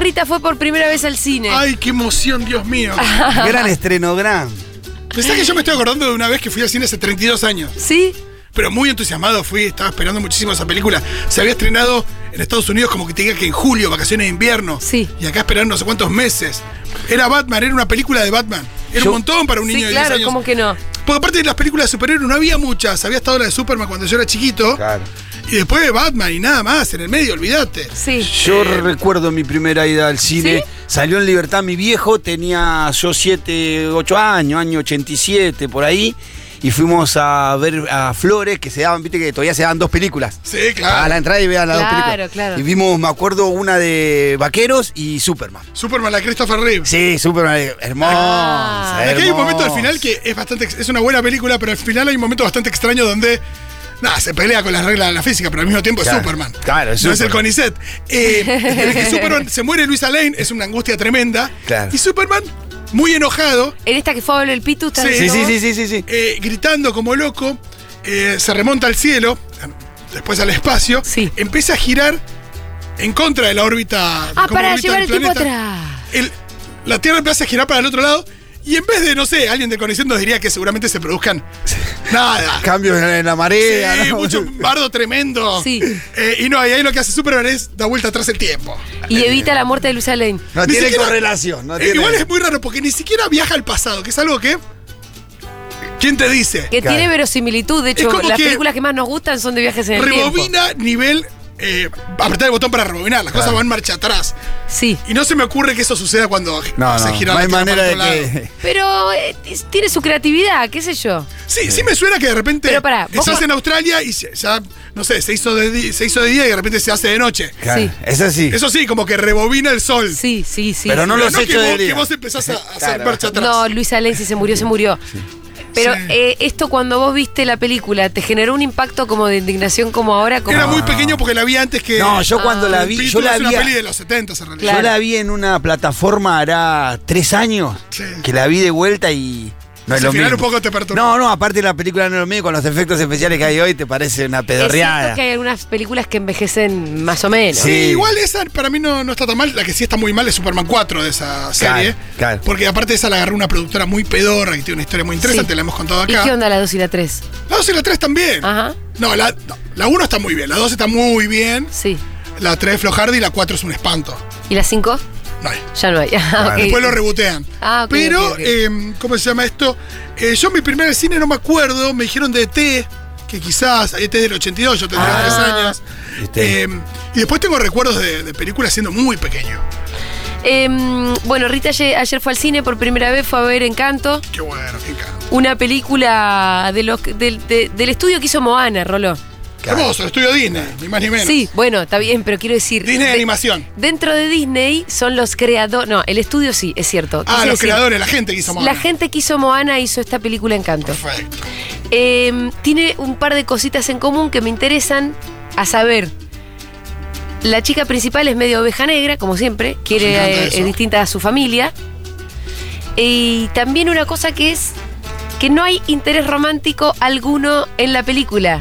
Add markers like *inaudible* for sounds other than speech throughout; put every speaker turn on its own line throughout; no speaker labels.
Rita fue por primera vez al cine.
Ay, qué emoción, Dios
*laughs*
mío.
Gran estreno, gran.
Pensá que yo me estoy acordando de una vez que fui al cine hace 32 años.
¿Sí?
Pero muy entusiasmado fui, estaba esperando muchísimo esa película. Se había estrenado en Estados Unidos como que te diga que en julio, vacaciones de invierno.
Sí.
Y acá esperaron no sé cuántos meses. Era Batman, era una película de Batman. Era
Yo-
un montón para un niño
sí,
de 10
claro,
años.
¿cómo que no?
Porque aparte de las películas de superhéroes no había muchas. Había estado la de Superman cuando yo era chiquito.
Claro.
Y después de Batman y nada más, en el medio, olvídate.
Sí.
Yo
Eh,
recuerdo mi primera ida al cine.
¿Sí?
Salió en libertad mi viejo, tenía yo 7, 8 años, año 87, por ahí. Y fuimos a ver a Flores, que se daban, viste que todavía se daban dos películas.
Sí,
A
claro.
Ah, la entrada y vean las
Claro,
dos películas.
claro.
Y vimos, me acuerdo, una de Vaqueros y Superman.
Superman, la Christopher Reeve.
Sí, Superman, eh, hermosa.
Ah.
Aquí hay un momento al
hermosa.
final que es bastante. ex- Es una buena película, pero al final hay un momento bastante extraño donde. Nada, se pelea con las reglas de la física, pero al mismo tiempo
Claro.
es Superman.
Claro, es
No es el
Superman.
Conicet.
*laughs*
Eh, en el que Superman se muere Luisa Lane, es una angustia tremenda.
Claro.
Y Superman, muy enojado,
En esta que fue a ver el Pitu, ¿estás
Sí.
Sí,
diciendo
sí,
vos?
sí, sí, sí, sí.
eh, gritando como loco, eh, se remonta al cielo, después al espacio,
Sí.
empieza a girar en contra de la órbita. de
Ah,
cómo
para
orbita
llevar el tiempo
planeta.
atrás.
El- la Tierra empieza a girar para el otro lado. Y en vez de, no sé, alguien de Conexión nos diría que seguramente se
*laughs*
produzcan nada.
Cambios en la
Sí,
marea. eh, ¿no?
mucho bardo tremendo.
Sí.
Eh, y no, y ahí lo que hace Superman es da vuelta atrás el tiempo.
Y evita la muerte de Luis Lane.
No
Ni
tiene
siquiera-
correlación. No
Eh,
tiene...
igual es muy raro porque ni siquiera viaja al pasado, que es algo que. ¿Quién te dice?
Que
Claro.
tiene verosimilitud. De hecho,
como
las
que-
películas que más nos gustan son de viajes en el tiempo.
Rebobina nivel. eh, apretar el botón para rebobinar, las cosas van marcha atrás.
Sí.
Y no se me ocurre que eso suceda cuando
*laughs* No,
se
no,
gira
no
la
hay
Tierra
manera
para
de
otro lado.
que.
Pero eh, es- tiene su creatividad, qué sé yo.
Sí, sí, me suena que de repente
Pero pará, vos-
estás en Australia y se- ya, no sé, se hizo, de, di- se hizo de día y de repente se hace de noche.
Claro,
Sí.
Es así.
Eso sí, como que rebobina el sol.
Sí, sí, sí.
Pero no
Pero
los
no
he
que
hecho de
vos, que
día.
vos
*laughs*
empezás a hacer
Claro.
marcha atrás.
No, Luis Alén, si se murió, se murió. Pero
Sí.
eh, esto cuando vos viste la película, ¿te generó un impacto como de indignación como ahora? Como...
Era muy pequeño porque la vi antes que.
No, yo cuando la vi, yo
Pitu
la
es
vi,
una
a-
peli de los 70 en realidad.
Claro.
yo la vi en una plataforma hará tres años,
Sí.
que la vi de vuelta y no es
Sí,
lo
al final
mismo.
un poco te perturbó.
No, no, aparte la película no es lo mismo, con los efectos especiales que hay hoy te parece una
es cierto
pedorreada.
que hay algunas películas que envejecen más o menos.
Sí.
Sí, igual esa para mí no, no está tan mal. La que sí está muy mal es Superman 4 de esa serie.
claro.
Porque aparte esa la agarró una productora muy pedorra que tiene una historia muy interesante,
Sí.
la hemos contado
¿Y
acá.
qué onda la 2 y la 3?
La 2 y la 3 también.
Ajá.
No, la, no, la 1 está muy bien, la 2 está muy bien,
Sí.
la 3 es flojarda y la 4 es un espanto.
¿Y la 5?
No hay.
Ya no hay. *laughs* Ah, ok.
Después lo rebotean.
Ah, ok,
Pero,
ok, ok.
em, ¿cómo se llama esto? Eh, yo mi primer cine no me acuerdo, me dijeron de E T, que quizás, ET es del 82, yo tendría
Ah.
3 años.
Este.
Em, y después tengo recuerdos de, de películas siendo muy pequeño.
Em, bueno, Rita ayer, ayer fue al cine por primera vez, fue a ver Encanto,
Qué bueno, qué encanto.
una película de los, del, de- del estudio que hizo Moana, Roló.
Claro.
Hermoso, el estudio Disney, ni más ni menos.
Sí, bueno, está bien, pero quiero decir...
Disney de
de-
animación.
Dentro de Disney son los creadores. No, el estudio sí, es cierto.
Ah,
Quise
los
decir,
creadores, la gente que hizo
La
Moana.
gente que hizo Moana hizo esta película Encanto.
Perfecto.
Eh, tiene un par de cositas en común que me interesan a saber. La chica principal es medio oveja negra, como siempre,
encanta
quiere eh,
eso.
es distinta a su familia. Y también una cosa que es que no hay interés romántico alguno en la película.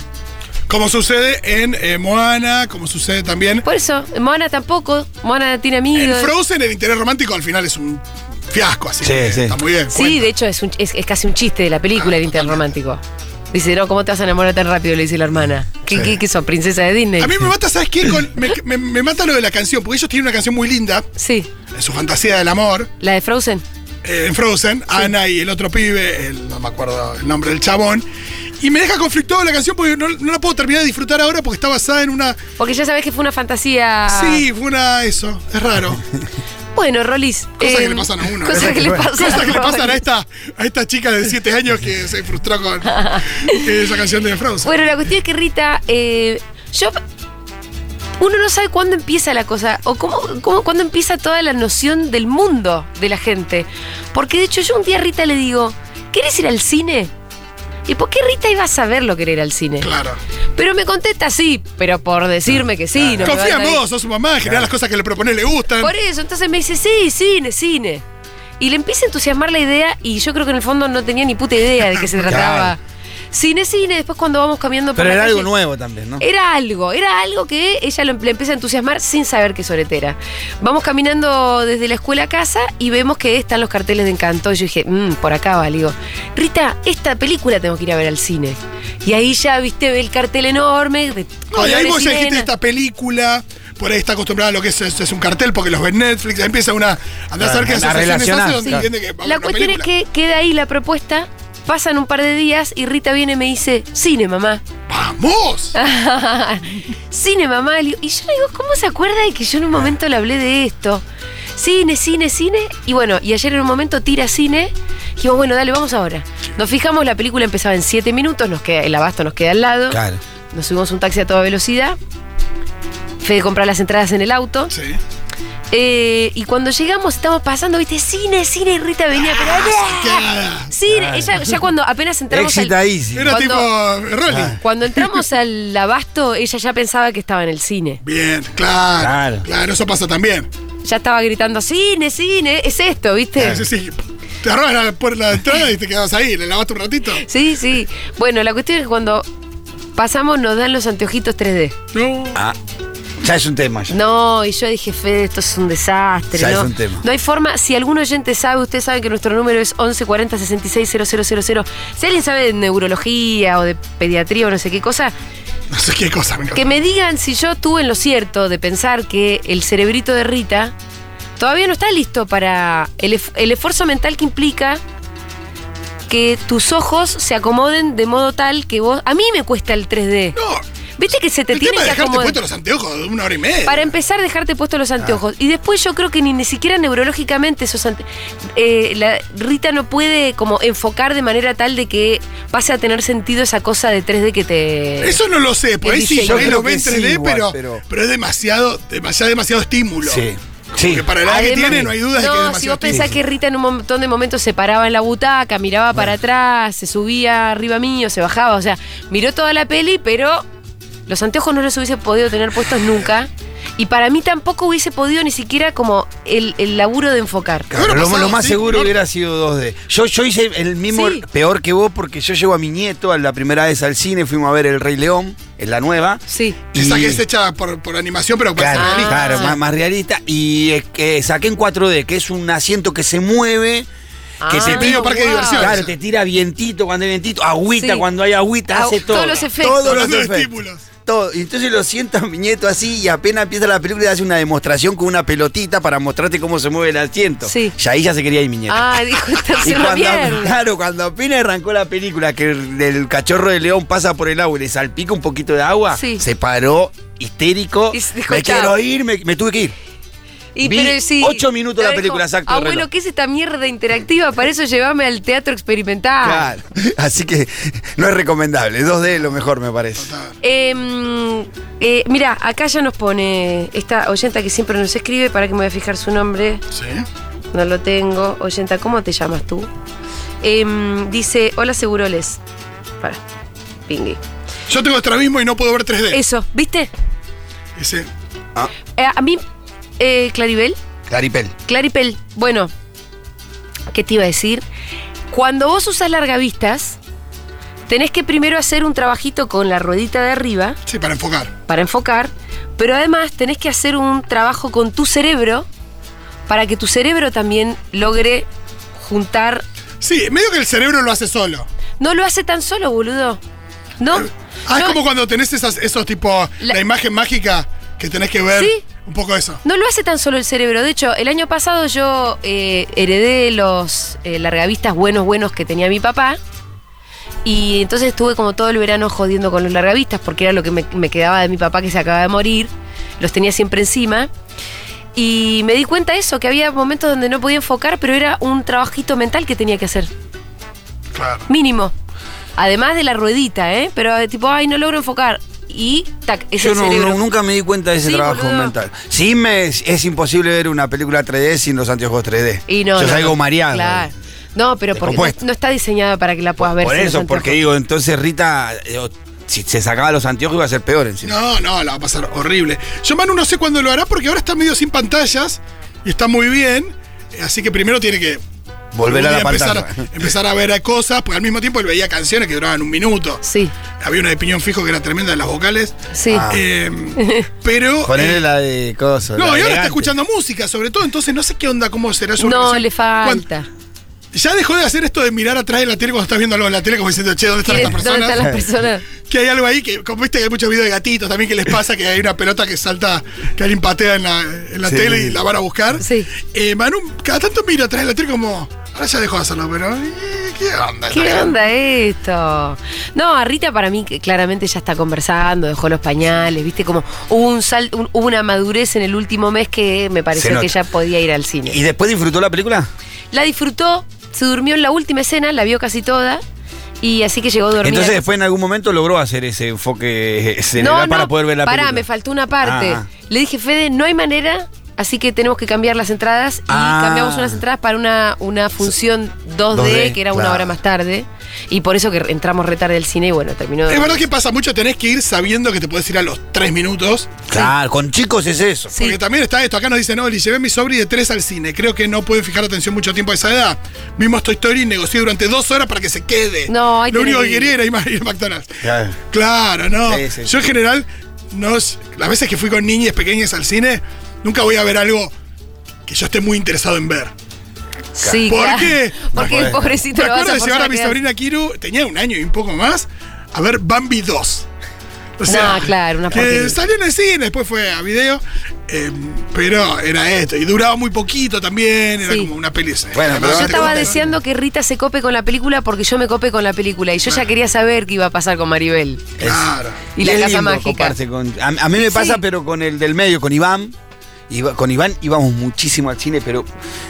Como sucede en eh, Moana, como sucede también
Por eso, Moana tampoco, Moana tiene
En
amigos.
Frozen el interés romántico al final es un fiasco, así
Sí,
que
sí.
está muy bien.
Sí,
cuenta.
de hecho es, un- es- es casi un chiste de la película
Ah,
el interés romántico. Dice, no, ¿cómo te vas a enamorar tan rápido? Le dice la hermana. ¿Qué,
Sí.
qué, qué sos, princesa de Disney?
A mí me mata, ¿sabes qué?
*laughs*
Con- me, me- me mata lo de la canción, porque ellos tienen una canción muy linda,
Sí,
en su fantasía del amor,
la de Frozen.
eh, en Frozen, Ana y el otro pibe, el- no me acuerdo el nombre del chabón, y me deja conflictado la canción porque no, no la puedo terminar de disfrutar ahora porque está basada en una...
Porque ya sabés que fue una fantasía.
Sí, fue una... eso,
*laughs*
es raro.
Bueno, Rolis.
Cosas que
em,
le pasan a uno.
Cosas que le pasan,
Cosas que le
Rolis.
pasan a esta, a esta chica de 7 años que se
*laughs*
frustró con eh, esa canción de Frozen.
Bueno, la cuestión es que Rita. eh, yo. Uno no sabe cuándo empieza la cosa, o cómo, cómo- cuándo empieza toda la noción del mundo de la gente. Porque de hecho, yo un día a Rita le digo, ¿querés ir al cine? ¿Y por qué Rita iba a saber lo que era ir al cine?
Claro.
Pero me contesta sí, pero por decirme que sí. no me
Confía
van
en
a ir.
vos, sos su mamá, en general las cosas que le propones le gustan.
Por eso, entonces me dice, sí, cine, cine.
*laughs*
Y le empieza a entusiasmar la idea y yo creo que en el fondo no tenía ni puta idea de qué se trataba. Cine, cine, después cuando vamos cambiando por
Pero
la
era algo
calle-
nuevo también, ¿no?
Era algo, era algo que ella lo, le empieza a entusiasmar sin saber que es oretera. Vamos caminando desde la escuela a casa y vemos que están los carteles de Encanto. Y yo dije, "Mm, por acá va, le digo, Rita, esta película tengo que ir a ver al cine. Y ahí ya, viste, ve el cartel enorme. De
No, y ahí
colores
vos ya
sirena.
dijiste esta película, por ahí está acostumbrada a lo que es, es, es un cartel porque los ve Netflix, ahí empieza una. Andás a ver qué
La
asociaciones
relacionás,
hace donde
claro.
entiende que va a
La
una
cuestión es
película.
que queda ahí la propuesta. Pasan un par de días y Rita viene y me dice, cine, mamá. *laughs*
¡Vamos!
Ah. cine, mamá. le digo- Y yo le digo, ¿cómo se acuerda de que yo en un momento le hablé de esto? Cine, cine, cine. Y bueno, y ayer en un momento tira cine. Dijimos, bueno, dale, vamos ahora. Nos fijamos, la película empezaba en 7 minutos, nos queda, el abasto nos queda al lado.
Claro.
Nos subimos un taxi a toda velocidad. Fede comprar las entradas en el auto.
Sí.
Eh, y cuando llegamos, estamos pasando, viste, cine, cine, y Rita venía, pero.
Queda-
Cine, ella, ya cuando apenas entramos al,
Excitadísimo.
Era
Cuando-
tipo eh, Rolly.
Ah.
cuando entramos al abasto, ella ya pensaba que estaba en el cine.
Bien, claro,
Claro.
claro. eso pasa también.
Ya estaba gritando, cine, cine, es esto, ¿viste?
Sí, sí. Te arrobas la, por la entrada y te quedas ahí, le lavaste un ratito.
Sí, sí. Bueno, la cuestión es que cuando pasamos nos dan los anteojitos 3D.
No.
Ah, ya es un tema. Ya.
No, y yo dije, Fede, esto es un desastre.
Ya es
¿no?
un tema.
no hay forma, si algún oyente sabe, usted sabe que nuestro número es 1140 660000. Si alguien sabe de neurología o de pediatría o no sé qué cosa,
No sé qué cosa, me encanta.
Que me digan si yo tuve en lo cierto de pensar que el cerebrito de Rita todavía no está listo para el, ef- el esfuerzo mental que implica que tus ojos se acomoden de modo tal que vos... A mí me cuesta el 3D.
No,
Viste que se te
el
tiene
tema de
que
dejarte
acomodar.
puestos los anteojos Ah. de una hora y media.
Para empezar, dejarte puestos los anteojos. Y después yo creo que ni, ni siquiera neurológicamente esos ante- eh, la Rita no puede como enfocar de manera tal de que pase a tener sentido esa cosa de 3D que te...
Eso no lo sé, por
El
ahí sí,
diseño.
por ahí
Yo
lo
creo
ve en
que
3D,
sí, igual,
pero,
pero-
pero, es demasiado, demasiado, demasiado estímulo.
Sí.
Porque
Sí.
para la edad que
Además-
tiene, no hay duda de que es
No,
demasiado
si vos
estímulo.
pensás que Rita en un montón de momentos se paraba en la butaca, miraba para atrás, se subía arriba mío, se bajaba, o sea, miró toda la peli, pero los anteojos no los hubiese podido tener puestos nunca. Y para mí tampoco hubiese podido ni siera como el, el laburo de enfocar.
Claro,
Hubiera
lo,
pasado,
lo más
sí,
seguro
claro.
hubiera sido 2D. Yo, yo hice el mismo
Sí.
peor que vos porque yo llevo a mi nieto a la primera vez al cine, fuimos a ver El Rey León, en la nueva.
Sí.
Esa
y-
que es hecha por, por animación, pero para
Claro,
ser realista.
claro, más, más realista. Y eh, que saqué en 4D, que es un asiento que se mueve, que
Ah,
te tira.
medio parque de
guau.
diversiones.
Claro, te tira vientito cuando hay vientito, agüita
Sí.
cuando hay agüita,
Au-
hace todo.
todos los efectos.
Todos los
Hablando de
efectos.
estímulos.
Todo. Y entonces lo sienta mi nieto así y apenas empieza la película hace una demostración con una pelotita para mostrarte cómo se mueve el asiento.
Sí.
Y ahí ya se quería ir mi nieto.
Ah, dijo, está
*laughs* Y
haciendo
cuando,
mierda.
claro, cuando apenas arrancó la película, que el, el cachorro de león pasa por el agua y le salpica un poquito de agua,
Sí.
se paró histérico.
Y se dijo,
me
"Chao".
quiero ir, me, me tuve que ir.
Y,
vi
pero sí,
ocho minutos de la
dijo,
película, exacto, el
Abuelo,
reloj".
¿qué es esta mierda interactiva? Para eso llévame al teatro experimental.
Claro. *laughs* Así que no es recomendable. 2D es lo mejor, me parece.
Eh, eh, mira, acá ya nos pone esta oyenta que siempre nos escribe, para que me voy a fijar su nombre,
Sí.
no lo tengo. Oyenta, ¿cómo te llamas tú? Em, dice, hola Seguroles. Para, pingui.
Yo tengo estrabismo y no puedo ver 3D.
Eso, ¿viste?
Ese-
Eh, a mí, eh, Claribel,
Claripel.
Claripel, bueno, ¿qué te iba a decir? Cuando vos usás largavistas, tenés que primero hacer un trabajito con la ruedita de arriba,
sí, para enfocar.
para enfocar, pero además tenés que hacer un trabajo con tu cerebro para que tu cerebro también logre juntar.
Sí, medio que el cerebro lo hace solo.
No lo hace tan solo, boludo. ¿No?
Ah, es
no,
como cuando tenés esas, esos tipo,
La-
la... imagen mágica que tenés que ver.
Sí.
Un poco eso.
no lo hace tan solo el cerebro. De hecho, el año pasado yo eh, heredé los eh, largavistas buenos, buenos que tenía mi papá. Y entonces estuve como todo el verano jodiendo con los largavistas, porque era lo que me, me quedaba de mi papá que se acaba de morir. Los tenía siempre encima. Y me di cuenta eso, que había momentos donde no podía enfocar, pero era un trabajito mental que tenía que hacer.
Claro.
Mínimo. Además de la ruedita, ¿eh? Pero eh, tipo, ay, no logro enfocar. Y tac, es
Yo
el
no-
cerebro.
no- nunca me di cuenta de ese
Sí,
trabajo
boludo.
mental. Sí, me, es, es imposible ver una película 3D sin los anteojos 3D.
Y no,
Yo
no,
salgo
no.
mareado.
Claro. No, pero porque no,
Descompuesto.
no está diseñada para que la puedas ver.
Por
sin los
eso, porque
anteojos.
digo, entonces Rita, eh, o- si se sacaba los anteojos iba a ser peor encima.
Este, No, no, la va a pasar horrible. Yo, Manu, no sé cuándo lo hará porque ahora está medio sin pantallas y está muy bien. eh, Así que primero tiene que
Volver a la
Algún día
pantalla.
Empezar, empezar a ver cosas, porque al mismo tiempo él veía canciones que duraban un minuto.
Sí,
Había una de Piñón Fijo que era tremenda de las vocales.
sí.
Ah.
*laughs*
Eh, pero.
Ponele
eh,
la de cosas.
no, y
la
ahora está
elegante.
escuchando música, sobre todo, entonces no sé qué onda, cómo será su
no,
relación.
le falta.
Cuan- Ya dejó de hacer esto de mirar atrás de la tele cuando estás viendo algo en la tele, como diciendo, che, ¿dónde están
¿Quiere-
estas
¿Dónde
personas?
están las personas?
Que hay algo ahí que, como viste que hay muchos videos de gatitos también que les pasa que hay una pelota que salta, que alguien patea en la, en la
Sí.
tele y la van a buscar.
Sí.
Eh, Manu, cada tanto mira atrás de la tele como, ahora ya dejó de hacerlo, pero eh, ¿qué onda?
¿Qué
esta
onda esto? No, a Rita para mí que claramente ya está conversando, dejó los pañales, viste como hubo un sal, un- hubo una madurez en el último mes que me
Se
pareció
nota.
que ya podía ir al cine.
¿Y después disfrutó la película?
La disfrutó, se durmió en la última escena, la vio casi toda y así que llegó dormida.
Entonces después en algún momento logró hacer ese enfoque *laughs*
no, no,
cerebral para poder ver la
pará,
película.
me faltó una parte.
Ah.
Le dije, Fede, no hay manera, así que tenemos que cambiar las entradas. Y
Ah.
cambiamos unas entradas para una, una función 2D,
2D,
que era una
claro.
hora más tarde. Y por eso que entramos retarde al cine y bueno, terminó.
Es verdad que pasa mucho, tenés que ir sabiendo que te puedes ir a los tres minutos.
Claro, con chicos es eso.
Sí.
Porque también está esto, acá nos dicen, no, le llevé a mi sobri de tres al cine. Creo que no pueden fijar atención mucho tiempo a esa edad. Vimos Toy Story y negocié durante dos horas para que se quede.
No, ahí
Lo
tenés
único
que
que
ir.
quería era ir a ir a McDonald's.
Claro.
Claro, no.
Sí, sí.
Yo en general, no, es- las veces que fui con niñas pequeñas al cine, nunca voy a ver algo que yo esté muy interesado en ver.
Sí,
¿Por
claro.
qué?
*laughs* Porque
Me acuerdo-
pobrecito
Me
lo vas
acuerdo de
forzar ¿eh?
llevar a mi
quedar-
sobrina Kiru, tenía un año y un poco más, a ver Bambi 2. O
No, Ah, claro, una
eh,
porquería.
Salió en el cine, después fue a video, eh, pero era esto. Y duraba muy poquito también, era
Sí.
como una peli. eh,
Bueno, pero
además,
Yo
te
estaba
gusta, ¿no?
deseando que Rita se cope con la película porque yo me copé con la película y yo ya quería saber qué iba a pasar con Maribel
Claro. *laughs*
y la
es
casa
lindo
mágica.
coparse con- a, a mí me pasa,
Sí.
pero con el del medio, con Iván. Iba- con Iván íbamos muchísimo al cine, pero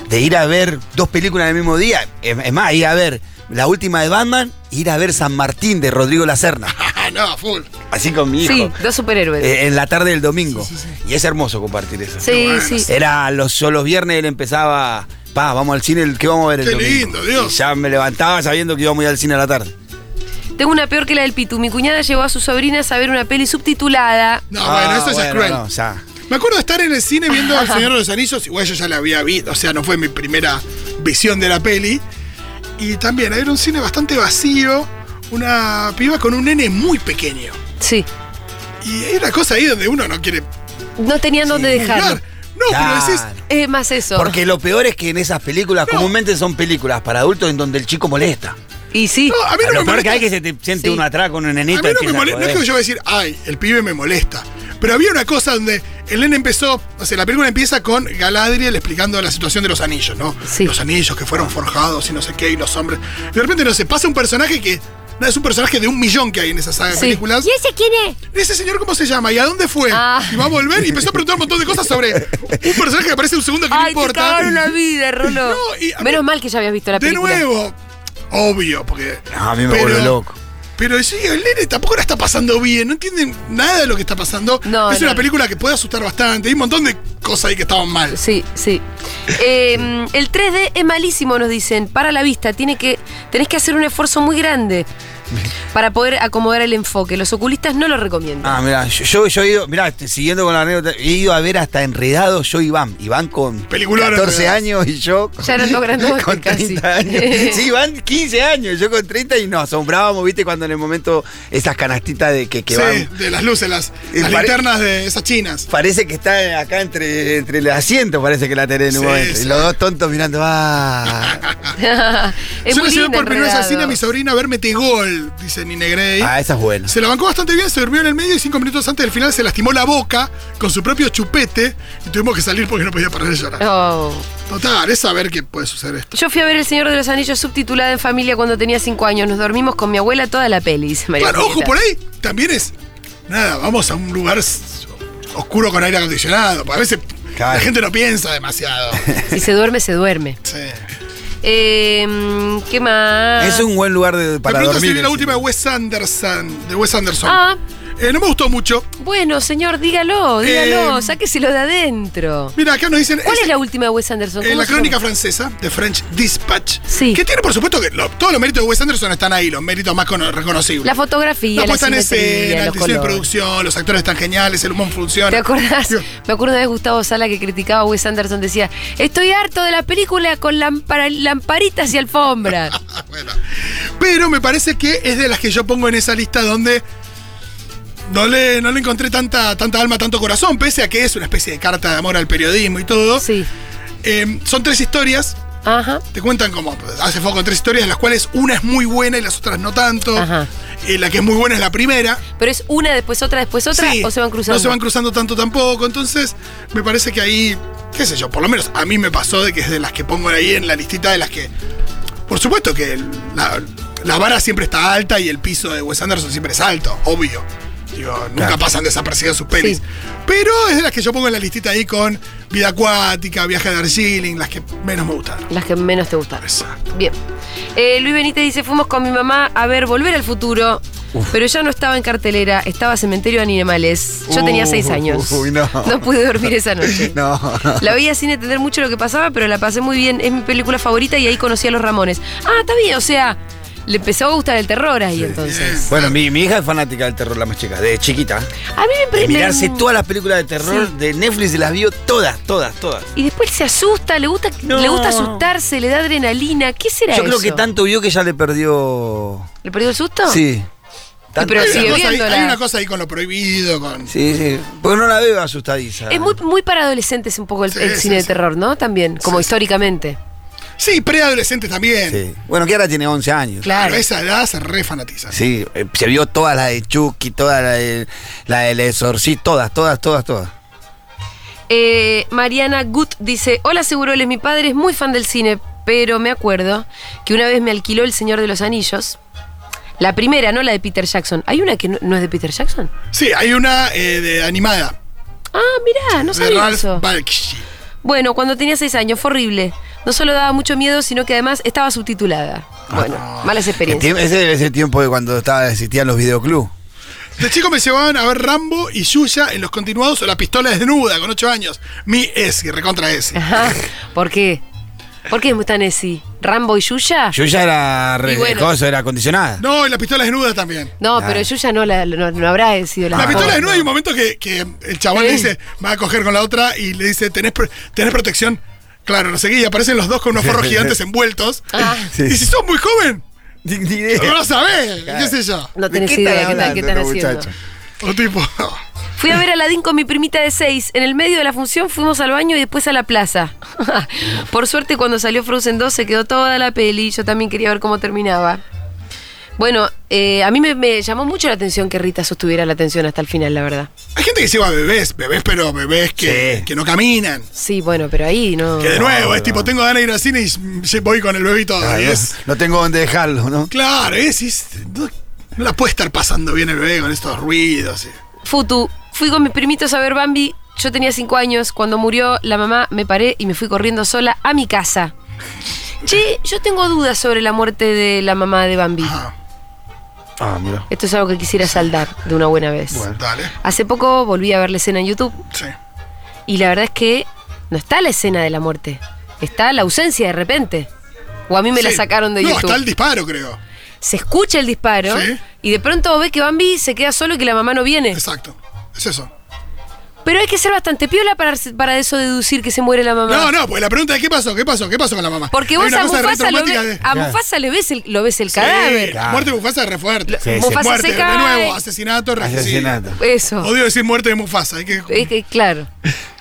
de ir a ver dos películas en el mismo día, es, es más, ir a ver la última de Batman, ir a ver San Martín de Rodrigo Lacerna, *laughs*
Ah, no, full.
así con mi hijo,
Sí, dos superhéroes.
eh, en la tarde del domingo. Y es hermoso compartir eso.
sí,
bueno,
sí.
Era los, yo los viernes él empezaba, pa, vamos al cine, el- ¿qué vamos a ver el
Qué
domingo?".
lindo, Dios.
Y ya me levantaba sabiendo que íbamos a ir al cine a la tarde.
Tengo una peor que la del Pitu. Mi cuñada llevó a sus sobrinas a ver una peli subtitulada.
No, bueno, eso ya es
Ah, bueno,
cruel.
no, ya.
Me acuerdo de estar en el cine viendo El Señor de los Anillos, igual yo ya la había visto, o sea, no fue mi primera visión de la peli. Y también era un cine bastante vacío, una piba con un nene muy pequeño.
Sí.
Y hay una cosa ahí donde uno no quiere
No tenían dónde dejarlo.
juzgar. No,
Claro.
pero decís,
Es más eso.
Porque lo peor es que en esas películas, comúnmente son películas para adultos en donde el chico molesta.
Y sí.
no, a mí no
lo
me
peor que
molesta.
hay es que se te siente
Sí.
uno atrás con un
A
nenito.
mí no me
y empieza a
molesta. No es
joder.
que yo voy a decir, ay, el pibe me molesta. Pero había una cosa donde el nene empezó, o sea, la película empieza con Galadriel explicando la situación de los anillos, ¿no?
Sí.
Los anillos que fueron forjados y no sé qué, y los hombres. Y de repente, no sé, pasa un personaje que. No, es un personaje de un millón que hay en esa saga de
Sí.
películas.
¿Y ese quién es?
¿Ese señor cómo se llama? ¿Y a dónde fue?
Ah.
Y va a volver y empezó a preguntar un montón de cosas sobre un personaje que aparece un segundo que no
Ay, te
importa.
cagaron la vida, Rolo.
No, y a mí-
Menos mal que ya habías visto la
De
película.
nuevo, obvio, porque.
No, Ah, a mí me vuelve loco.
Pero sí, el nene tampoco la está pasando bien, no entienden nada de lo que está pasando.
No,
es
no.
una película que puede asustar bastante, hay un montón de cosas ahí que estaban mal.
Sí, sí. Eh, el 3D es malísimo, nos dicen. Para la vista, tiene que, tenés que hacer un esfuerzo muy grande para poder acomodar el enfoque. Los oculistas no lo recomiendan.
Ah, mira, yo, yo, yo he ido, mira, siguiendo con la anécdota, he ido a ver hasta enredado yo Iván. Iván con
Peliculón
14 años y yo con,
Ya eran dos grandotes
*laughs* con
casi.
30 años. Sí, Iván 15 años, yo con 30 y nos asombrábamos, viste, cuando en el momento esas canastitas de que, que
Sí,
van.
de las luces, las,
Eh,
las
pare-
linternas de esas chinas.
Parece que está acá entre, entre el asiento, parece que la tenés en un
Sí,
momento.
sí.
Y los dos tontos mirando, ah.
es
Yo
muy
la llevé
lindo,
por primera vez al
enredado.
cine a mi sobrina a ver Metegol, dice Nine Grey.
Ah, esa es buena.
Se la bancó bastante bien, se durmió en el medio y cinco minutos antes del final se lastimó la boca con su propio chupete y tuvimos que salir porque no podía parar de llorar.
Oh.
Total, es saber que puede suceder esto.
Yo fui a ver El Señor de los Anillos subtitulada en familia cuando tenía 5 años. Nos dormimos con mi abuela toda la peli, dice María.
Claro, ojo
Julieta.
por ahí, también es. Nada, vamos a un lugar s- oscuro con aire acondicionado. porque A veces
Claro.
la gente no piensa
*laughs*
demasiado.
Si se duerme, se duerme.
Sí.
Eh, ¿Qué más?
Es un buen lugar de-
De
para
pronto
dormir.
se viene la
el
última de
cine.
Wes Anderson. De Wes Anderson.
Ah,
Eh, no me gustó mucho.
Bueno, señor, dígalo, dígalo,
Eh,
sáqueselo de adentro.
Mira, acá nos dicen.
¿Cuál
es-
es la última de Wes Anderson?
Eh,
¿Cómo
la
se llama?
crónica francesa, de French Dispatch.
Sí.
Que tiene, por supuesto, que lo- todos los méritos de Wes Anderson están ahí, los méritos más cono- reconocibles.
La fotografía,
la
la
puesta en
simetría,
escena, la
los
edición de
colores.
producción, los actores están geniales, el humor funciona.
¿Te acordás?
Digo,
Me acuerdo de Gustavo Sala que criticaba a Wes Anderson. Decía: Estoy harto de la película con lámpara- lamparitas y alfombras.
*laughs* ah, bueno. Pero me parece que es de las que yo pongo en esa lista donde no le, no le encontré tanta, tanta alma, tanto corazón, pese a que es una especie de carta de amor al periodismo y todo.
sí.
Eh, son tres historias.
Ajá.
Te cuentan como hace foco en tres historias, las cuales una es muy buena y las otras no tanto.
Ajá.
Eh, la que es muy buena es la primera.
Pero es una, después otra, después otra,
Sí,
o se van cruzando.
No se van cruzando tanto tampoco. Entonces, me parece que ahí, qué sé yo, por lo menos a mí me pasó de que es de las que pongo ahí en la listita de las que. Por supuesto que el- la, la vara siempre está alta y el piso de Wes Anderson siempre es alto, obvio. Digo, nunca
Claro.
pasan desapercibidas sus pelis.
Sí.
Pero es de las que yo pongo en la listita ahí con Vida Acuática, Viaje de Darjeeling, las que menos me gustaron.
Las que menos te gustan.
Exacto.
Bien. Eh, Luis Benítez dice, fuimos con mi mamá a ver Volver al Futuro, pero ya no estaba en cartelera, estaba Cementerio de Animales. Yo tenía
Uh,
seis años.
uy, no.
pude dormir esa noche.
*laughs* *laughs* No.
*laughs*
La veía sin entender mucho lo que pasaba, pero la pasé muy bien. Es mi película favorita y ahí conocí a los Ramones. Ah, está bien, o sea, le empezó a gustar el terror ahí entonces.
Bueno, mi, mi hija es fanática del terror, la más chica, de chiquita.
A mí me
De
parece...
mirarse todas las películas de terror
Sí.
de Netflix y las vio todas, todas, todas.
Y después se asusta, le gusta,
No.
le gusta asustarse, le da adrenalina. ¿Qué será
Yo creo
eso?
que tanto vio que ya le perdió.
¿Le perdió el susto?
Sí. Tanto-
pero
Hay una
sigue
cosa ahí-
viéndola.
hay una cosa ahí con lo prohibido, con.
Sí, sí. Porque no la veo asustadiza.
Es muy, muy para adolescentes un poco el,
Sí,
el
sí,
cine de
sí.
terror, ¿no? También, como
Sí, sí.
históricamente.
Sí, preadolescentes también.
Sí. Bueno, que ahora tiene 11 años.
Claro.
Pero a esa edad se refanatiza.
Sí, eh, se vio todas las de Chucky, todas las de, la del Exorcista, todas, todas, todas, todas.
Eh, Mariana Gut dice: Hola, Seguroles, mi padre es muy fan del cine, pero me acuerdo que una vez me alquiló El Señor de los Anillos. La primera, no la de Peter Jackson. ¿Hay una que no, no es de Peter Jackson?
Sí, hay una eh, de animada.
Ah, mirá, no
de
sabía
Ralph
eso.
Bakshi.
Bueno, cuando tenía seis años, fue horrible. No solo daba mucho miedo, sino que además estaba subtitulada. Bueno,
Ah.
malas
El
experiencias.
tiemp- Ese debe ser tiempo de cuando estaba, existían los videoclubs.
De chico me llevaban a ver Rambo y Yuya en los continuados o La Pistola Desnuda con 8 años. Mi Esi, recontra
*laughs*
Esi.
Ajá. ¿Por qué? ¿Por qué es tan ese? ¿Rambo y Yuya?
Yo ya era re
Y bueno.
cosa, era acondicionada.
No, y La Pistola Desnuda también.
No,
Nah.
pero Yuya no, la, no, no habrá sido la
La
mejor.
Pistola Desnuda hay un momento que, que el chabón le
Sí.
dice, va a coger con la otra y le dice, ¿tenés, pro- tenés protección? Claro, no sé qué, y aparecen los dos con unos forros gigantes envueltos.
Ah.
Y si sos muy joven,
Ni- ni
no
idea.
lo sabés, qué sé yo.
No
¿De
tenés
qué
idea
están
qué tal- qué están
hablando,
haciendo.
muchacho?
O tipo, *laughs*
Fui a ver a Aladín con mi primita de seis. En el medio de la función fuimos al baño y después a la plaza. *laughs* Por suerte, cuando salió Frozen 2 se quedó toda la peli. Yo también quería ver cómo terminaba. Bueno, eh, a mí me, me llamó mucho la atención que Rita sostuviera la atención hasta el final, la verdad.
hay gente que lleva bebés, bebés pero bebés que,
Sí.
que no caminan.
Sí, bueno, pero ahí no.
Que de nuevo, es tipo, tengo ganas de ir al cine y mm, voy con el bebito.
Ah,
y
no,
es-
no tengo dónde dejarlo, ¿no?
Claro, es, es- no, no la puede estar pasando bien el bebé con estos ruidos. y-
Futu, fui con mis primitos a ver Bambi. Yo tenía cinco años. Cuando murió la mamá, me paré y me fui corriendo sola a mi casa. Che, yo tengo dudas sobre la muerte de la mamá de Bambi.
Ah,
Ah, mira.
Esto es algo que quisiera saldar de una buena vez.
bueno, dale.
Hace poco volví a ver la escena en YouTube
Sí.
y la verdad es que no está la escena de la muerte. Está la ausencia de repente. O a mí me la
Sí.
sacaron de
no,
YouTube.
está el disparo, creo.
Se escucha el disparo
Sí.
y de pronto ve que Bambi se queda solo y que la mamá no viene.
Exacto. Es eso.
Pero hay que ser bastante piola para, para eso deducir que se muere la mamá.
No, no, pues la pregunta es: ¿qué pasó? ¿Qué pasó? ¿Qué pasó con la mamá?
Ah. Porque
Hay
vos
una
a
cosa re
Mufasa, lo,
traumática
ve-
de-
a Mufasa le ves el, lo ves el cadáver.
Sí,
Claro.
Muerte de Mufasa es re fuerte.
Sí, sí.
Mufasa
Muerte,
se cae.
de nuevo, asesinato, regicidio.
Asesinato.
Eso.
Odio decir muerte de Mufasa. Hay que,
Es que, claro.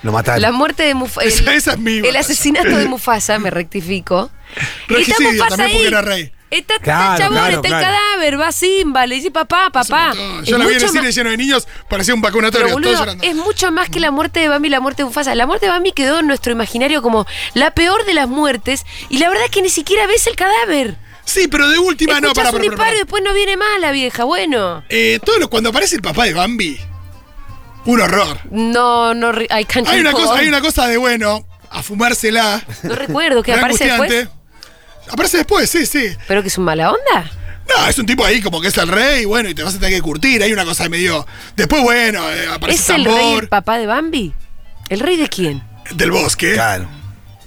Lo mataron.
La muerte de Mufasa.
Esa- esa es mi
El
batalla.
asesinato de Mufasa, me rectifico. Y está
Regicidio
Mufasa
también
ahí.
porque era rey.
Está, está
Claro,
el chabón,
claro,
está
claro.
el cadáver, va Simba, le dice papá, papá. Ah, Es
Yo la vi en
mucho
el cine
más-
lleno de niños, parecía un vacunatorio,
pero,
todos
boludo,
llorando.
es mucho más que la muerte de Bambi y la muerte de Mufasa. La muerte de Bambi quedó en nuestro imaginario como la peor de las muertes y la verdad es que ni siquiera ves el cadáver.
Sí, pero de última no,
Escuchás
para,
un
para, para,
disparo
para.
y después no viene más la vieja, bueno.
Eh, todo lo- cuando aparece el papá de Bambi, un horror.
No, no, re- I can't
Hay una,
recall.
cosa, hay una cosa de bueno, a fumársela.
No recuerdo, que
re
aparece después.
Aparece después, sí, sí.
¿Pero que es un mala onda?
No, es un tipo ahí como que es el rey, bueno, y te vas a tener que curtir. Hay una cosa de medio. Después, bueno, eh, aparece
¿Es el rey el
tambor
papá de Bambi? ¿El rey de quién?
del bosque.
Claro.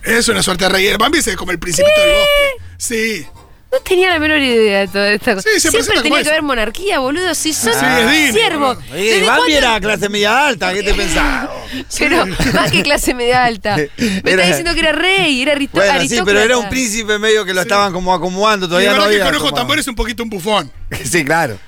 Es una suerte de rey. El Bambi es como el principito del bosque. Sí.
No tenía la menor idea de toda esta cosa.
Sí, se
Siempre
presenta como
tenía que
eso.
haber monarquía, boludo. Si son
Sí, es Disney,
siervos.
boludo.
Oye,
Ah, ¿Desde
Bambi
cuándo- Eh,
era clase media alta, ¿qué
*laughs*
te pensás? *laughs*
Pero más que clase media alta. Me está
Era-
diciendo que era rey, era aristó-
Bueno, sí,
aristócrata.
pero era un príncipe medio que lo estaban como acomodando
Y
todavía.
la
no
verdad que
había
con ojo
tomado.
tambor es un poquito un bufón.
*laughs* Sí, claro.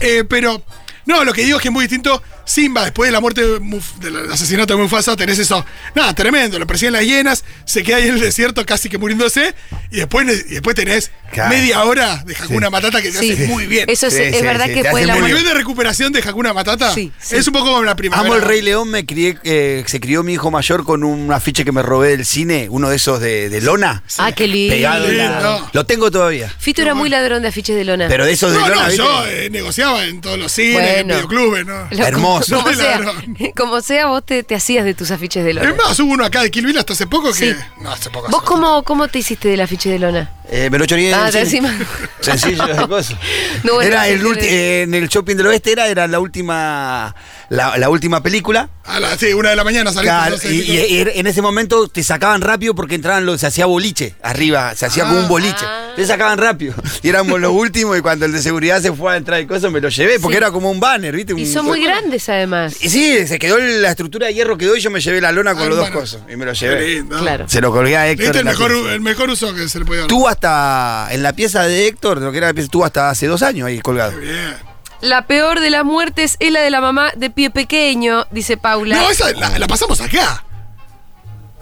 Eh, pero, no, lo que digo es que es muy distinto. Simba, después de la muerte de Muf- del asesinato de Mufasa, tenés eso. Nada, tremendo. Lo persiguen las hienas, se queda ahí en el desierto casi que muriéndose. Y después, y después tenés
Claro.
media hora de Hakuna
Sí.
Matata que se
Sí.
hace muy bien.
Eso es,
Sí,
es
sí,
verdad
sí,
que
te
fue
hace
la
el
muy
nivel de recuperación de Hakuna Matata
Sí, sí.
es un poco como la primavera.
Amo el Rey León, me crié, eh, se crió mi hijo mayor con un afiche que me robé del cine, uno de esos de, de lona.
Ah, qué
Pegado en
lindo.
la-
Lindo.
Lo tengo todavía.
Fito era muy ladrón de afiches de lona.
Pero de esos de
No,
lona,
no,
¿viste?
yo eh, negociaba en todos los cines, en
Bueno.
videoclubes, ¿no?
Lo-
hermoso.
Como sea,
Ladrón.
*laughs* como sea, vos te, te hacías de tus afiches de lona.
Es más, hubo uno acá de Kill Bill hasta hace poco que.
Sí.
No, hace poco.
¿Vos
hace poco.
cómo, cómo te hiciste del afiche de lona?
Eh, me lo choré
Ah,
del
te
cine.
encima.
*laughs* Sencillo, de cosas.
*laughs* No, bueno,
era
sí,
el
tiene-
ulti- eh, en el shopping del oeste era, era la última la, la última película.
A las sí, una de la mañana salí.
Claro, y, y- y en ese momento te sacaban rápido porque entraban los, se hacía boliche arriba, se hacía como un boliche.
Ah.
Te sacaban rápido. *laughs* Y éramos los últimos y cuando el de seguridad se fue a entrar y cosas me lo llevé porque
Sí.
era como un banner, ¿viste?
Y
Un-
son muy grandes además.
Y sí, se quedó la estructura de hierro quedó y yo me llevé la lona con
Ah,
los dos
bueno.
cosas y me lo
Qué
llevé.
lindo.
Claro.
Se lo colgué a
Le
Héctor.
diste el
en la
mejor,
pieza.
el mejor uso que se le podía dar.
Estuvo hasta en la pieza de Héctor, lo que era la pieza, estuvo hasta hace dos años ahí colgado.
Bien.
La peor de las muertes es la de la mamá de pie pequeño, dice Paula.
No, esa la, la pasamos acá.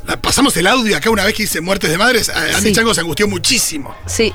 La, pasamos el audio acá una vez que hice muertes de madres. a- Andy
Sí.
Chango se angustió muchísimo.
Sí.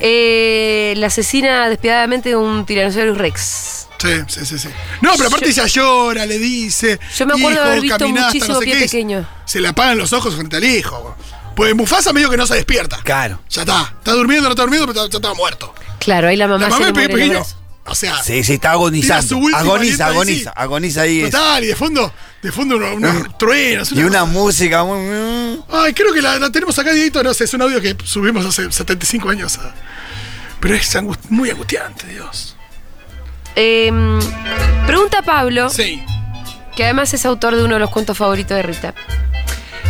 Eh, la asesina despiadadamente de un Tyrannosaurus Rex.
Sí, sí, sí, sí. No, pero aparte
Yo-
ella llora, le dice.
Yo me acuerdo de
"Hijo,
haber visto
caminá hasta
muchísimo
qué",
pie pequeño.
Se le apagan los ojos frente al hijo. Pues Mufasa medio que no se despierta.
Claro.
Ya está. Está durmiendo, no está durmiendo, pero está- ya estaba muerto.
Claro, ahí la mamá,
La
se
mamá de
le
Pepe
muere en los
Pequeño.
brazos.
O sea.
Ah. Sí, sí, está
Tira su
agonizando.
última
Agoniza,
aliento ahí,
agoniza,
sí.
agoniza ahí. es-
Total, y de fondo, de fondo unos
*laughs*
unos truenos.
Y una
cosa.
música muy...
Ay, creo que la, la tenemos acá, Dieguito. No sé, es un audio que subimos hace 75 años. ah. Pero es angust- muy angustiante, Dios.
Em, pregunta Pablo,
Sí.
que además es autor de uno de los cuentos favoritos de Rita.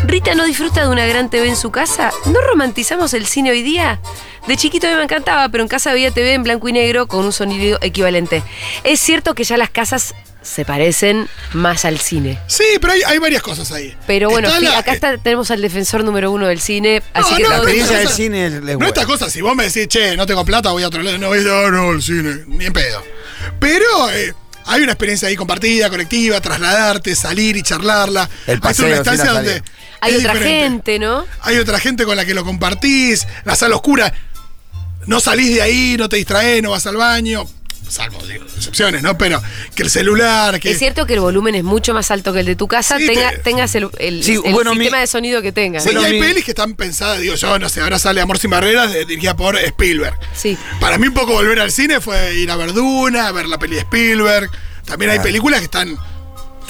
¿Rita no disfruta de una gran TV en su casa? ¿No romantizamos el cine hoy día? De chiquito a mí me encantaba, pero en casa había TV en blanco y negro con un sonido equivalente. Es cierto que ya las casas se parecen más al cine.
Sí, pero hay, hay varias cosas ahí.
Pero bueno,
Está
fi-
la- eh,
acá está- tenemos al defensor número uno del cine, así que
no,
todo-
La experiencia
no,
del
no,
cine es
No estas cosas, si vos me decís, che, no tengo plata, voy a otro lado, no, voy a- ah, no, el cine, ni en pedo. Pero eh, hay una experiencia ahí compartida, colectiva, trasladarte, salir y charlarla.
El
Hay
paseo,
una
sí,
instancia
la
donde
salida.
Hay
es
otra
diferente.
gente, ¿no?
Hay otra gente con la que lo compartís, la sala oscura. No salís de ahí, no te distraes, no vas al baño. Salvo, digo, excepciones, ¿no? Pero que el celular, que.
Es cierto que el volumen es mucho más alto que el de tu casa,
Sí,
tenga-
te-
tengas el, el-
Sí,
el
bueno, mi-
sistema de sonido que tengas.
Sí,
¿no?
y hay
mi-
pelis que están pensadas, digo yo, no sé, ahora sale Amor sin Barreras, de- dirigida por Spielberg.
Sí.
Para mí un poco volver al cine fue ir a Verduna, ver la peli de Spielberg. También hay películas que están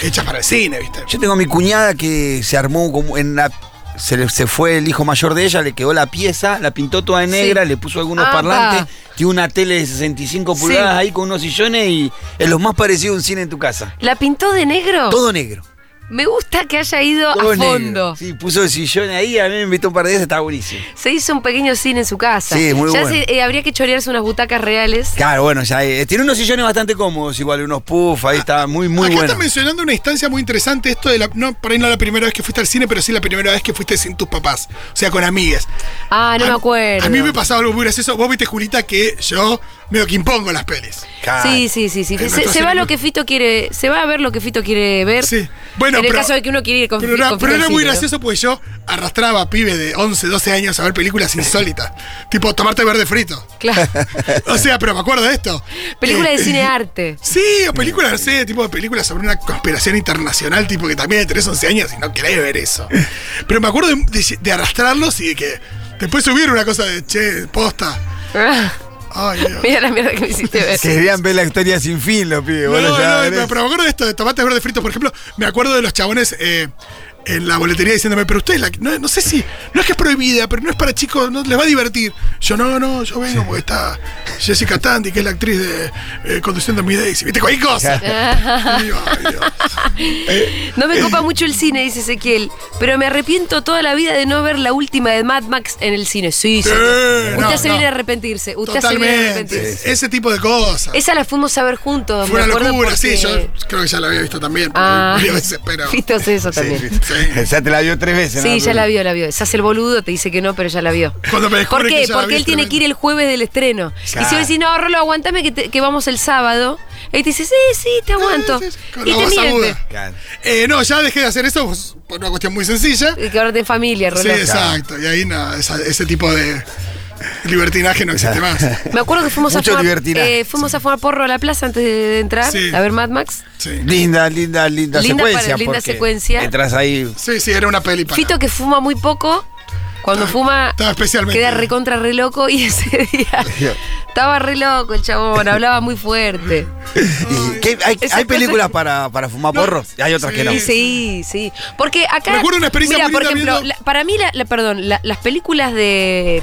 hechas para el cine, ¿viste?
Yo tengo a mi cuñada que se armó como en la... Se, le- se fue el hijo mayor de ella, le quedó la pieza, la pintó toda de negra,
Sí.
le puso algunos
Ah,
parlantes,
va.
tiene una tele de 65
Sí.
pulgadas ahí con unos sillones y es lo más parecido a un cine en tu casa.
¿La pintó de negro?
Todo negro.
Me gusta que haya ido
Todo
Oh. a
negro.
fondo.
Sí, puso el sillón ahí, a mí me invitó un par de veces, estaba buenísimo.
Se hizo un pequeño cine en su casa.
Sí, muy
ya
bueno.
se- eh, habría que chorearse unas butacas reales.
Claro, bueno, ya eh, tiene unos sillones bastante cómodos, igual unos puff, ahí está muy, muy
Acá
bueno.
están mencionando una instancia muy interesante, esto de la. No, por ahí no la primera vez que fuiste al cine, pero sí la primera vez que fuiste sin tus papás. O sea, con amigas.
Ah, no
A-
me acuerdo.
A mí me pasaba algo muy gracioso. Vos viste, Julita, que yo medio que impongo las pelis.
Claro.
Sí, sí, sí, sí.
En
Se,
nuestro
se va
cine-
lo que Fito quiere, se va a ver lo que Fito quiere ver.
Sí. Bueno,
en el
pero-
caso de que uno quiere ir con
Pero
Fi-
era,
con
pero
Fito
era
al
muy
cine, ¿no?
gracioso porque yo arrastraba a pibe de 11, 12 años a ver películas insólitas. *laughs* tipo, tomarte verde frito. *laughs*
Claro.
O sea, pero me acuerdo de esto.
Película de
Eh,
cine arte. *laughs*
Sí, o películas, no sé, tipo de películas sobre una conspiración internacional, tipo que también tenés 11 años y no querés ver eso. Pero me acuerdo de, de- de arrastrarlos y de que después subieron una cosa de, che, posta. Ay, Dios.
Mira la mierda que me hiciste ver.
Querían ver la historia sin fin, los pibes.
No,
bueno, ya
no,
veré.
pero, pero me acuerdo de esto, de tomates verdes fritos, por ejemplo, me acuerdo de los chabones eh, en la boletería diciéndome, pero ustedes, la- no, no sé si, no es que es prohibida, pero no es para chicos, no les va a divertir. Yo, no, no, yo vengo porque está Jessica Tandy, que es la actriz de eh, Conduciendo mi Daisy. ¿Viste, cualquier
*laughs*
cosa? Y digo, "Ay, Dios".
No me copa mucho el cine, dice Ezequiel, pero me arrepiento toda la vida de no ver la última de Mad Max en el cine. Sí, sí.
Eh,
Usted
no,
se
no.
viene a arrepentirse. Usted se viene a arrepentirse.
Totalmente. Ese tipo de cosas.
Esa la fuimos a ver juntos.
Fue
me
una
acuerdo
locura, sí, yo
porque-
creo que ya la había visto también, *laughs*
Ah.
varias veces, pero.
Viste eso también. *laughs* Sí,
*laughs* Ya te la vio tres veces, ¿no?
ya la vio, la vio. Se hace el boludo, te dice que no, pero ya la vio.
Cuando me descubre
¿Por
que
qué?
ya la
Porque
vi,
él tiene
tremendo.
que ir el jueves del estreno. Y
Claro.
si vos decís, no, Rolo, aguantame que, te- que vamos el sábado. Él te dice, sí, sí, te aguanto.
Ah, Sí, sí, sí, con
Y
la
te
voz
miente.
aguda.
Claro.
Eh, no, ya dejé de hacer eso pues, por una cuestión muy sencilla.
Y que ahora tenés familia, Rolo.
Sí, exacto. Y ahí nada, esa- ese tipo de libertinaje no existe más.
Me acuerdo que fuimos, a
Mucho
fumar,
libertinaje.
eh, fuimos a fumar porro a la plaza antes de, de entrar
Sí.
a ver Mad Max.
Sí.
Linda, linda, linda,
Linda
secuencia.
para- linda
porque
secuencia.
Entras ahí.
sí, sí, era una peli para.
Fito que fuma muy poco, cuando
Estaba-
fuma
estaba especialmente-
queda recontra re loco y *laughs* ese día estaba re loco el chabón, hablaba muy fuerte.
y- ¿qué?
Esas
¿Hay, hay
cosas-
películas para, para fumar
No,
porros? Y hay otras que no.
Sí, sí, sí. Porque acá.
Me acuerdo una experiencia
Mirá,
muy
por
linda
ejemplo,
viendo-
la- para mí, la, la- perdón, la- las películas de.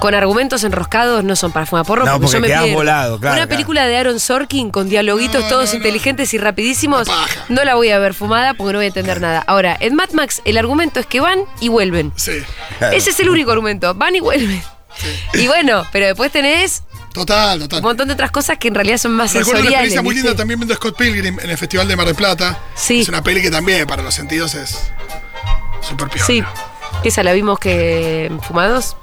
Con argumentos enroscados no son para fumar porro
No,
porque, yo
porque
me
quedás
pierdo.
volado, claro,
Una
claro.
película de Aaron Sorkin con dialoguitos
No,
todos
no, no.
inteligentes y rapidísimos,
Una paja.
no la voy a ver fumada porque no voy a entender nada. Ahora, en Mad Max el argumento es que van y vuelven.
Sí,
Claro.
Ese es el único argumento, van y vuelven. Y bueno, pero después tenés
total, total.
un montón de otras cosas que en realidad son más
Recuerdo una
sensoriales.
experiencia muy linda
¿viste?
también viendo Scott Pilgrim en el Festival de Mar del Plata.
Sí.
Es una peli que también para los sentidos es súper piola.
Sí, esa la vimos que fumados.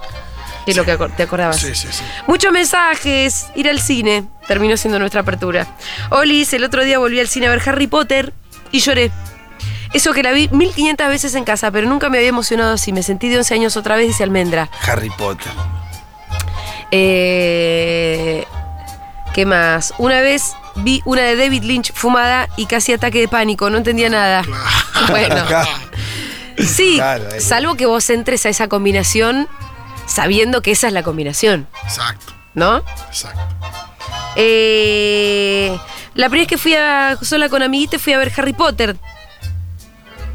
Que es lo que acor- te acordabas.
Sí, sí, sí.
Muchos mensajes. Ir al cine terminó siendo nuestra apertura. Olis, el otro día volví al cine a ver Harry Potter y lloré. Eso que la vi 1500 veces en casa, pero nunca me había emocionado así. Me sentí de 11 años otra vez, dice Almendra.
Harry Potter.
Eh, ¿Qué más? Una vez vi una de David Lynch fumada y casi ataque de pánico. No entendía nada. Bueno.
Ah.
Sí,
Claro, eh.
salvo que vos entres a esa combinación sabiendo que esa es la combinación,
*laughs* Exacto,
¿no?
exacto.
Eh, la primera vez que fui a, sola con amiguitos fui a ver Harry Potter.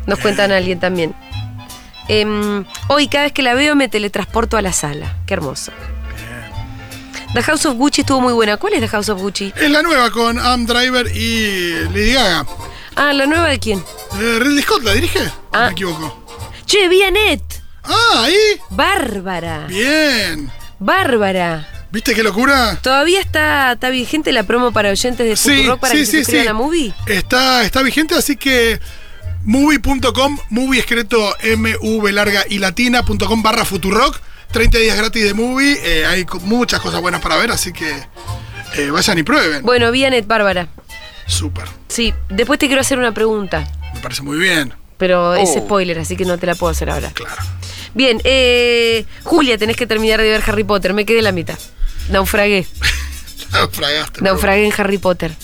Nos cuentan a alguien también. Em, hoy cada vez que la veo me teletransporto a la sala. Qué hermoso. The House of Gucci estuvo muy buena. ¿Cuál es The House of Gucci?
Es la nueva con Am Driver y Lady Gaga.
Ah, la nueva de quién?
Eh, Ridley Scott la dirige, ¿O
Ah.
me equivoco.
Che, Vianet.
Ah, ahí.
Bárbara.
Bien.
Bárbara.
¿Viste qué locura?
¿Todavía está, está vigente la promo para oyentes de
Sí,
Futurock para
sí,
que
sí,
se suscriban
sí.
a Movie?
Está, está vigente, así que movie.com, movie escrito MV larga y latina.com barra Futurock. 30 días gratis de movie. eh, hay co- muchas cosas buenas para ver, así que eh, vayan y prueben.
Bueno, Vianet, Bárbara.
Súper,
Sí, después te quiero hacer una pregunta,
me parece muy bien.
pero es spoiler, así que no te la puedo hacer ahora.
Oh. Claro. *laughs*
Bien, eh, Julia, tenés que terminar de ver Harry Potter, me quedé la mitad.
*laughs*
Naufragué,
Naufragaste. pero bueno.
naufragué en Harry Potter.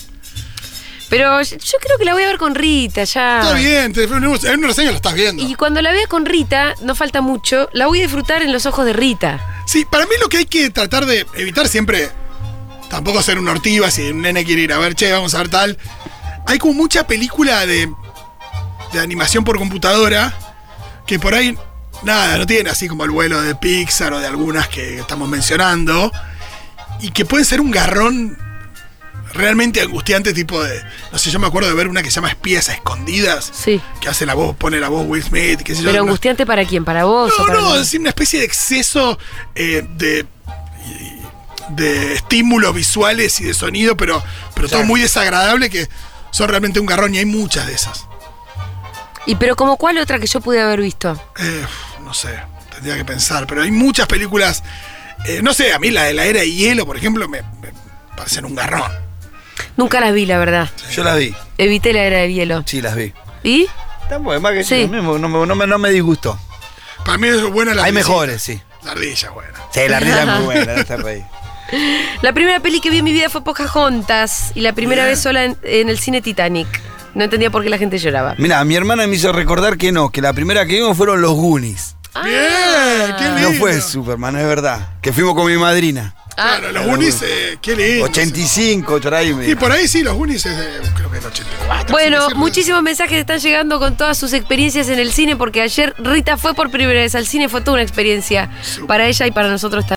Pero yo- yo creo que la voy a ver con Rita ya.
Está bien, te- en unos años lo estás viendo.
Y cuando la vea con Rita, no falta mucho, la voy a disfrutar en los ojos de Rita.
Sí, para mí lo que hay que tratar de evitar siempre, tampoco ser un ortiva, si un nene quiere ir a ver, che, vamos a ver tal. Hay como mucha película de, de animación por computadora que por ahí, nada, no tiene así como el vuelo de Pixar o de algunas que estamos mencionando y que pueden ser un garrón realmente angustiante, tipo de, no sé, yo me acuerdo de ver una que se llama Espías a Escondidas,
Sí.
que hace la voz, pone la voz Will Smith, qué sé yo.
Pero
una-
angustiante para quién, para vos. o
no,
para
no,
mí?
es una especie de exceso eh, de, de estímulos visuales y de sonido, pero, pero todo muy desagradable que son realmente un garrón y hay muchas de esas.
Y pero como cuál otra que yo pude haber visto.
Eh, no sé, tendría que pensar, pero hay muchas películas. eh, no sé, a mí la de la era de hielo, por ejemplo, me, me parecen un garrón.
Nunca las vi, la verdad.
Yo las vi.
Evité la era del hielo.
Sí, las vi.
¿Y?
Tampoco, más que
Sí.
lo mismo, no, me- no me, no me disgustó.
Para mí es buena la
Hay
ardilla.
mejores, sí.
La ardilla, buena.
Sí, la risa
*laughs*
es muy buena, no te reí.
La primera peli que vi en mi vida fue Pocahontas y la primera vez sola en, en el cine Titanic. No entendía por qué la gente lloraba.
Mira, mi hermana me hizo recordar que no, que la primera que vimos fueron los Goonies.
Ah.
Bien, qué lindo.
No fue Superman, es verdad. Que fuimos con mi madrina.
Ah,
Claro, los Goonies, eh, qué lindo.
85, por ahí me-
Y por ahí sí, los Goonies es de, creo que del 84.
Bueno,
sin decirte.
muchísimos mensajes están llegando con todas sus experiencias en el cine, porque ayer Rita fue por primera vez al cine, fue toda una experiencia para ella y para nosotros también.